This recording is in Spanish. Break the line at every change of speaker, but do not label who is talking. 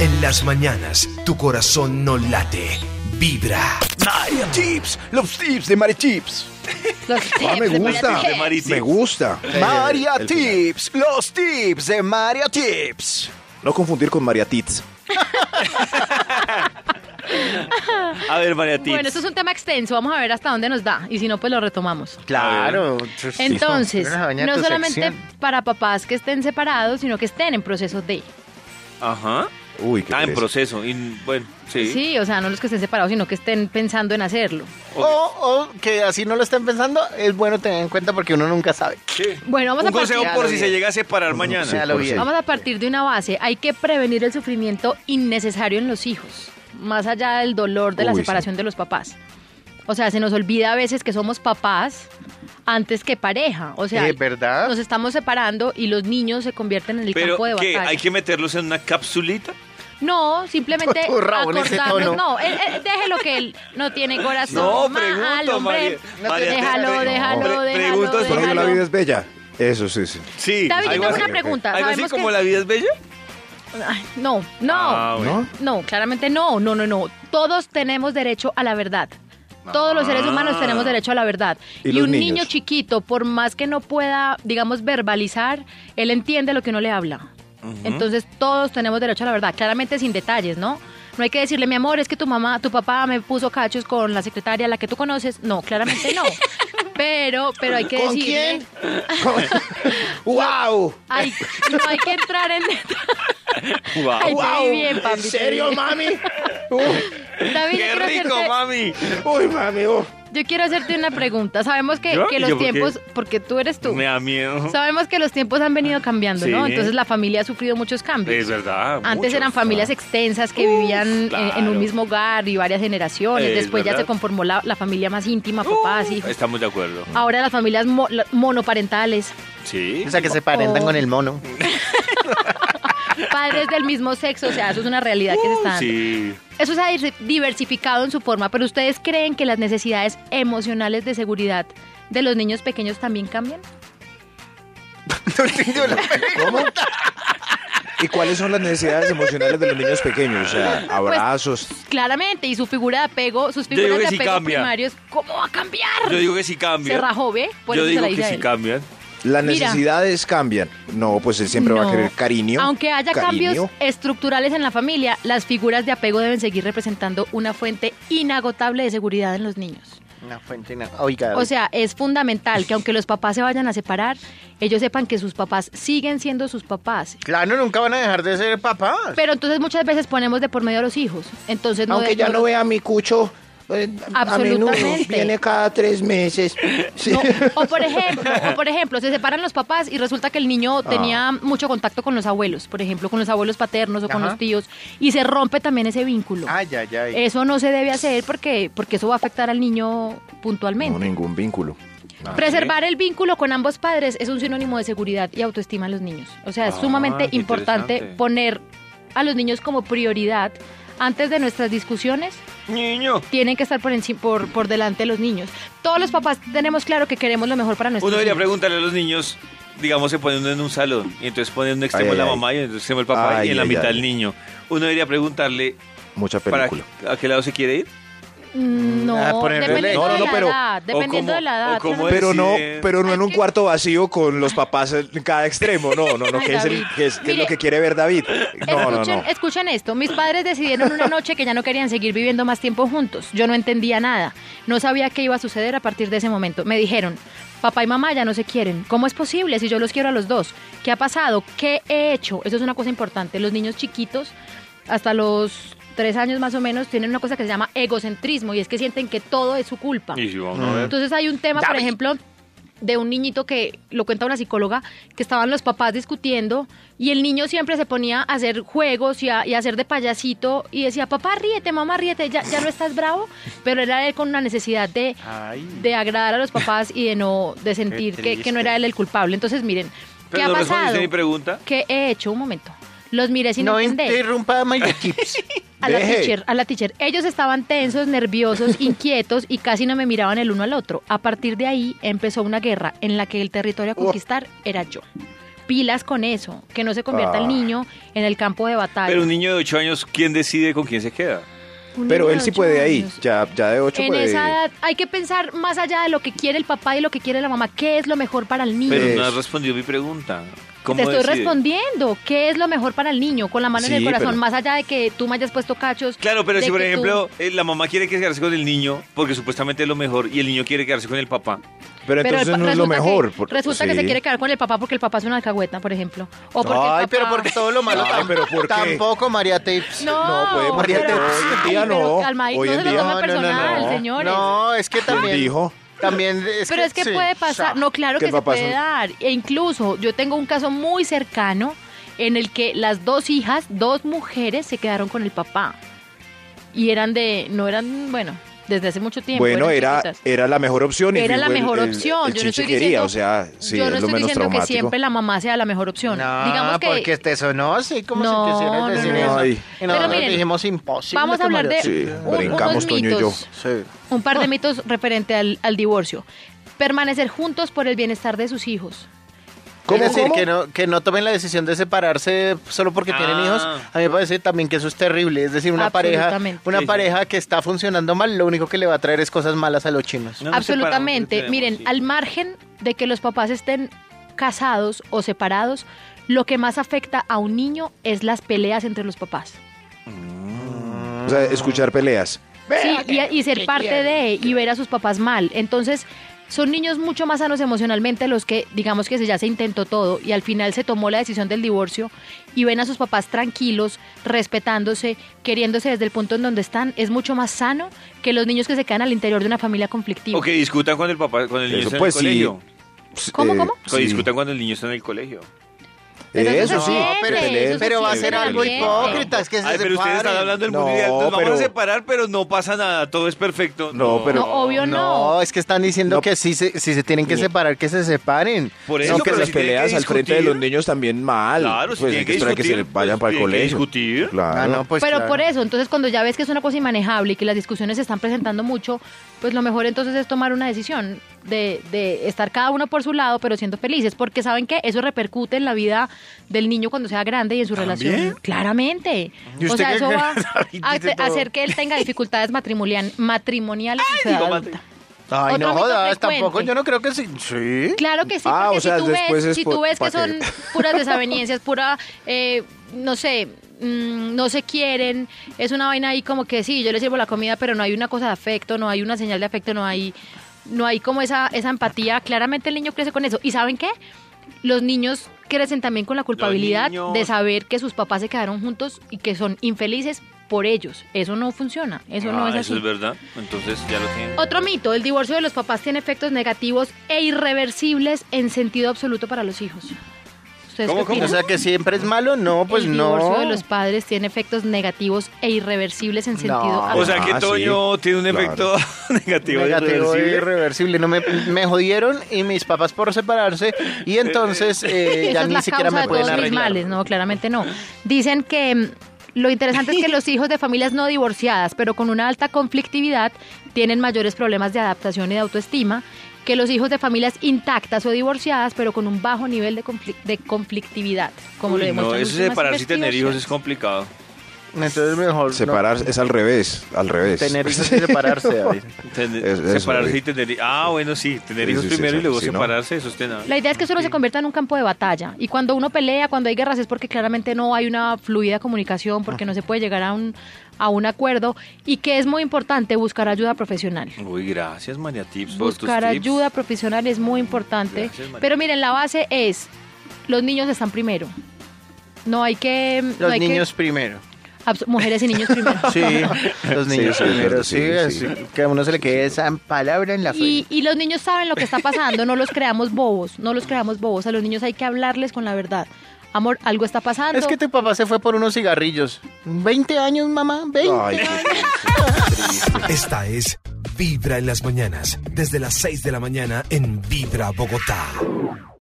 En las mañanas, tu corazón no late, vibra.
María Chips, los tips de María Chips.
Los
Ah,
tips
me
de
gusta,
María Tips.
me gusta. María
el
Tips, los tips de María Tips. No confundir con María Tits.
A ver, María Tips.
Bueno, esto es un tema extenso, vamos a ver hasta dónde nos da y si no, pues lo retomamos.
Claro.
Entonces,
Vas a bañar
no
tu
solamente
sección.
para papás que estén separados, sino que estén en proceso de.
Ajá.
Uy, qué
Ah, en
pereza.
proceso. Y, bueno, sí.
Sí, o sea, no los que estén separados, sino que estén pensando en hacerlo.
Ok.
O, o que así no lo estén pensando, es bueno tener en cuenta porque uno nunca sabe.
Sí.
Bueno, vamos
un
a partir,
consejo
Ya
por
lo
si
vi.
se llega a separar mañana.
Ya lo vi.
vamos a partir de una base. Hay que prevenir el sufrimiento innecesario en los hijos, más allá del dolor de la
Uy, sí.
separación de los papás. O sea, se nos olvida a veces que somos papás antes que pareja. O sea,
Eh, ¿verdad?
nos estamos separando y los niños se convierten en el
Pero
campo de
que
batalla.
hay que meterlos en una capsulita.
No, simplemente
Todo rabo en ese
acordarnos.
tono.
No, eh, eh, déjelo que él no tiene corazón.
No,
mal,
pregunto,
hombre.
María- María, te-
déjalo,
pre-
déjalo,
pre-
déjalo.
pregunto es
Por ello la
déjalo.
vida es bella. Eso sí, sí.
Sí.
David, yo
algo
tengo
así.
una pregunta.
¿Algo así
Sabemos
como
que-
la vida es bella?
Ay, No, no.
Ah, bueno.
No, claramente no, no, no, no. Todos tenemos derecho a la verdad. Todos los seres humanos tenemos derecho a la verdad.
¿Y
Y,
los
un niño
niños?
chiquito, por más que no pueda, digamos, verbalizar, él entiende lo que uno le habla. Entonces todos tenemos derecho a la verdad, claramente sin detalles, ¿no? No hay que decirle, mi amor, es que tu mamá, tu papá me puso cachos con la secretaria, la que tú conoces. No, claramente no. Pero, pero hay que
¿Con
decirle.
quién?
¡Wow!
Ay, no hay que entrar en
Guau.
Ay, te vi
¡Wow!
bien, papi,
¿En
te vi
serio,
bien.
mami? Uf,
David, yo
¡Qué
quiero
rico,
hacerte-
mami!
¡Uy, mami! uf.
Yo quiero hacerte una pregunta. Sabemos que,
¿Yo?
que
¿Y
los
yo por qué?
tiempos, porque tú eres tú.
Me da miedo.
Sabemos que los tiempos han venido cambiando, ¿no?
Sí.
Entonces la familia ha sufrido muchos cambios.
Es verdad. Ah,
Antes
muchos.
eran familias extensas que vivían en- en,
claro.
un mismo hogar y varias generaciones.
Es
Después ya
verdad. Uh,
se conformó la, la familia más íntima, papás, hijos.
Estamos de acuerdo.
Ahora las familias mo- la- monoparentales,
Sí.
O sea, que se parentan
Oh.
con el mono.
padres del mismo sexo, o sea, eso es una realidad que se está dando.
Sí.
Eso se ha dir- diversificado en su forma, pero ¿ustedes creen que las necesidades emocionales de seguridad de los niños pequeños también cambian?
¿Cómo? ¿Y cuáles son las necesidades emocionales de los niños pequeños? O sea,
Pues,
abrazos.
Claramente, y su figura de apego, sus
Yo digo
figuras de
que sí
apego
cambia.
primarios, ¿cómo va a cambiar?
Yo digo que sí cambian.
se rajó, ¿ve? Por
Yo
eso se
digo
la
que
hice a
sí
él.
cambian.
Las
Mira.
necesidades cambian. No, pues él siempre va a
No.
querer cariño.
Aunque haya
cariño.
cambios estructurales en la familia, las figuras de apego deben seguir representando una fuente inagotable de seguridad en los niños.
Una fuente, no. Oiga,
O sea, es fundamental que aunque los papás se vayan a separar, ellos sepan que sus papás siguen siendo sus papás.
claro, nunca van a dejar de ser papás.
Pero entonces muchas veces ponemos de por medio a los hijos. Entonces no
Aunque ya no vea a mi cucho eh, a menudo,
Absolutamente.
viene cada tres meses. Sí.
No, o por ejemplo, o por ejemplo, se separan los papás y resulta que el niño tenía mucho contacto con los abuelos, por ejemplo, con los abuelos paternos o con
Ajá.
los tíos, y se rompe también ese vínculo.
Ay, ay, ay.
Eso no se debe hacer porque, porque eso va a afectar al niño puntualmente.
No, ningún vínculo.
Preservar el vínculo con ambos padres es un sinónimo de seguridad y autoestima en los niños. O sea, es
Ah,
sumamente
qué
importante
interesante.
poner a los niños como prioridad antes de nuestras discusiones
Niño.
tienen que estar por, enci- por, por delante de los niños. Todos los papás tenemos claro que queremos lo mejor para nuestros
Uno debería
hijos.
preguntarle a los niños, digamos, se pone uno en un salón y entonces pone en un extremo
Ay,
la
ay,
mamá y en otro extremo el papá
Ay,
y en la
ay,
mitad
ay.
el niño. Uno debería preguntarle
Mucha
para
película.
a qué lado se quiere ir.
Mm, No,
Ah, por ejemplo,
dependiendo
no, no,
de
no,
la
pero-
edad,
o
dependiendo
cómo-
de la
o
edad.
cómo
claramente.
Pero no,
deciden-
pero no en
Hay
un
que-
cuarto vacío con los papás en cada extremo. No, no, no,
Ay,
que es, el,
David.
que es, que es
Mire,
lo que quiere ver David. No, no,
escuchen,
no.
escuchen esto, mis padres decidieron una noche que ya no querían seguir viviendo más tiempo juntos. Yo no entendía nada, no sabía qué iba a suceder a partir de ese momento. Me dijeron, papá y mamá ya no se quieren. ¿Cómo es posible si yo los quiero a los dos? ¿Qué ha pasado? ¿Qué he hecho? Eso es una cosa importante. Los niños chiquitos, hasta los tres años más o menos, tienen una cosa que se llama egocentrismo y es que sienten que todo es su culpa.
Y si vamos
Mm.
a ver.
Entonces hay un tema, por ejemplo, de un niñito que lo cuenta una psicóloga, que estaban los papás discutiendo y el niño siempre se ponía a hacer juegos y a, y a hacer de payasito y decía, papá, ríete, mamá, ríete, ya, ya no estás bravo, pero era él con una necesidad de,
Ay.
de agradar a los papás y de no de sentir que, que no
triste.
era él el culpable. Entonces, miren, ¿qué
Pero
ha
no
pasado?
respondiste mi pregunta.
¿Qué he hecho? Un momento. Los miré sin
no
entender.
interrumpa a María Chips.
A la
Deje.
teacher, a la teacher. Ellos estaban tensos, nerviosos, inquietos y casi no me miraban el uno al otro. A partir de ahí empezó una guerra en la que el territorio a conquistar era yo. pilas con eso, que no se convierta
Ah.
el niño en el campo de batalla.
Pero un niño de 8 años, ¿quién decide con quién se queda?
Un
Pero
niño
él
de
sí
ocho
puede ahí,
años.
ya, ya de 8
En
puede.
esa edad hay que pensar más allá de lo que quiere el papá y lo que quiere la mamá, qué es lo mejor para el niño.
Pero no
Es-
has respondido mi pregunta. ¿Cómo
Te estoy
decide?
respondiendo, ¿qué es lo mejor para el niño? Con la mano en el
Sí,
corazón,
pero-
más allá de que tú me hayas puesto cachos.
Claro, pero
de
si por
que tú-
ejemplo eh, la mamá quiere que quedarse con el niño porque supuestamente es lo mejor y el niño quiere quedarse con el papá.
Pero
pero
entonces
el pa-
no es lo
resulta que-
mejor. por-
resulta que se
sí.
quiere quedar con el papá porque el papá es una alcahueta, por ejemplo. O porque el
Ay,
papá-
pero porque todo lo malo.
Ay,
tam-
pero ¿por qué?
Tampoco, María pues, Tapes.
No,
puede
morir
pero-
de-
hoy en
ay,
día
pero
no,
calma, ahí,
hoy
no
en
se lo
día-
tomen
No,
personal,
no.
señores.
No, es que también.
dijo?
También. Es
pero es que
sí,
puede
o sea,
pasar, no, claro
que
que,
el
se
papá es
puede
un-
dar. E incluso yo tengo un caso muy cercano en el que las dos hijas, dos mujeres, se quedaron con el papá. Y eran de, no eran, bueno, desde hace mucho tiempo.
Bueno,
eran
era,
chiquitas.
era la mejor opción. y
pues, Era la
fue el-
mejor
el-
opción.
el
yo no estoy
chin se quería,
diciendo,
o sea, sí,
yo no
es lo
estoy
menos
diciendo
traumático.
que siempre la mamá sea la mejor opción.
No,
Digamos que
porque este te sonó así como
No,
si quisieras
no,
decir
no, no.
eso.
Ay.
Y
Pero
nosotros
miren,
dijimos imposible.
vamos a
que
hablar
María
de
Sí,
Tapes-
un-
brincamos,
unos
Toño y yo. Ah.
mitos.
Sí.
Un par de mitos referente al, al divorcio. Permanecer juntos por el bienestar de sus hijos.
es decir, Que, no, que no tomen la decisión de separarse solo porque tienen
Ah.
hijos. A mí me parece también que eso es terrible. Es decir, una pareja,
Absolutamente.
una
Sí, sí.
pareja que está funcionando mal, lo único que le va a traer es cosas malas a los chinos.
No nos
Absolutamente.
separamos, no
Miren,
tenemos
al
hijos.
margen de que los papás estén casados o separados, lo que más afecta a un niño es las peleas entre los papás.
O sea, escuchar peleas.
Sí, y, y ser parte de y ver a sus papás mal. Entonces, son niños mucho más sanos emocionalmente los que, digamos que se- ya se intentó todo y al final se tomó la decisión del divorcio y ven a sus papás tranquilos, respetándose, queriéndose desde el punto en donde están. Es mucho más sano que los niños que se quedan al interior de una familia conflictiva.
O que discutan cuando el papá, cuando el niño
Eso,
está en
pues,
el
sí. Pues, eh,
¿Cómo,
colegio.
cómo?
Que discutan cuando el niño está en el colegio.
Pues Pero
Eso
no se
sí,
entiende,
pero,
eso
pelea.
se
pero va a ser
entiende
algo
también.
hipócrita, es que se
Ay, pero ustedes están
separen.
hablando del
No,
mundial. Entonces
pero-
vamos a separar, pero no pasa nada. Todo es perfecto.
No, pero-
No, obvio no.
No, es que están diciendo
No.
que si se, si se tienen que separar, que se separen.
Por
No,
eso,
que
pero
las
si tienen que
peleas al frente de
discutir-
los niños también mal.
Claro, si
pues
tienen
hay que
que
esperar que se
discutir,
vayan
pues,
para el
tienen que
colegio.
discutir.
Claro.
Ah, no, pues
Pero
claro.
por eso, entonces cuando ya ves que es una cosa inmanejable y que las discusiones se están presentando mucho, pues lo mejor entonces es tomar una decisión de, de estar cada uno por su lado, pero siendo felices, porque saben que eso repercute en la vida del niño cuando sea grande y en su relación. Claramente.
¿Y
O
usted
sea,
qué
eso
cree?
va a
Dice
hace-
todo.
hacer que él tenga dificultades matrimonial- matrimoniales en su edad
digo,
adulta.
Ay,
Otro
no
mito
jodas, tampoco.
frecuente.
Yo no creo que sí. Sí.
Claro que sí,
Ah,
porque
o sea,
si tú
después
ves,
es
si
por-
tú ves
pa'
que son
que-
puras desavenencias, pura, eh, no sé, mm, no se quieren, es una vaina ahí como que sí, yo le sirvo la comida, pero no hay una cosa de afecto, no hay una señal de afecto, no hay, no hay como esa, esa empatía. Claramente el niño crece con eso. ¿Y saben qué? Los niños crecen también con la culpabilidad
niños.
de saber que sus papás se quedaron juntos y que son infelices por ellos. Eso no funciona, eso no
Ah,
es así.
Eso es verdad. Entonces ya lo tienen.
Otro mito, el divorcio de los papás tiene efectos negativos e irreversibles en sentido absoluto para los hijos. ¿Ustedes
¿Cómo,
qué
cómo?
opinan?
O sea, que siempre es malo. No, pues
el
no.
divorcio de los padres tiene efectos negativos e irreversibles en sentido
No.
absoluto.
O sea que
Ah, sí,
Toño tiene un
claro.
efecto negativo.
Negativo e
irreversible.
irreversible. No me, me jodieron y mis papás por separarse y entonces eh,
Esa
ya
es
ni
la
siquiera
causa
me
de
pueden
todos mis
arreglar.
males, no, claramente no. Dicen que mm, lo interesante es que los hijos de familias no divorciadas, pero con una alta conflictividad, tienen mayores problemas de adaptación y de autoestima que los hijos de familias intactas o divorciadas, pero con un bajo nivel de, conflic- de conflictividad, como lo
Uy, no,
demuestran
eso de
últimas
separarse y tener hijos
investigaciones.
es complicado.
Entonces mejor no.
Separarse es al revés, al revés. Pues
tener hijos y separarse. David.
Tener-
Es- eso,
separarse
sí.
y tener Ah, bueno, sí, tener
Sí,
hijos
sí, sí,
primero
sí,
y luego
sí, ¿no?
separarse, eso es tenaz.
La idea es que eso no se convierta en un campo de batalla. Y cuando uno pelea, cuando hay guerras, es porque claramente no hay una fluida comunicación, porque no se puede llegar a un, a un acuerdo. Y que es muy importante buscar ayuda profesional.
Uy, gracias, María Tips, por tus
Buscar
tips.
ayuda profesional es muy importante.
Gracias, María.
Pero miren, la base es, los niños están primero. No hay que... no
Los
hay que-
niños primero.
abs- mujeres y niños primero.
Sí, los niños
sí,
primero.
claro,
Sí,
sí,
así que a uno se le quede esa palabra en la
Y,
frente.
y los niños saben lo que está pasando, no los creamos bobos, no los creamos bobos. A los niños hay que hablarles con la verdad. Amor, algo está pasando.
Es que tu papá se fue por unos cigarrillos. 20 años, mamá, 20
Ay, qué
años.
triste.
Esta es Vibra en las mañanas, desde las 6 de la mañana en Vibra Bogotá.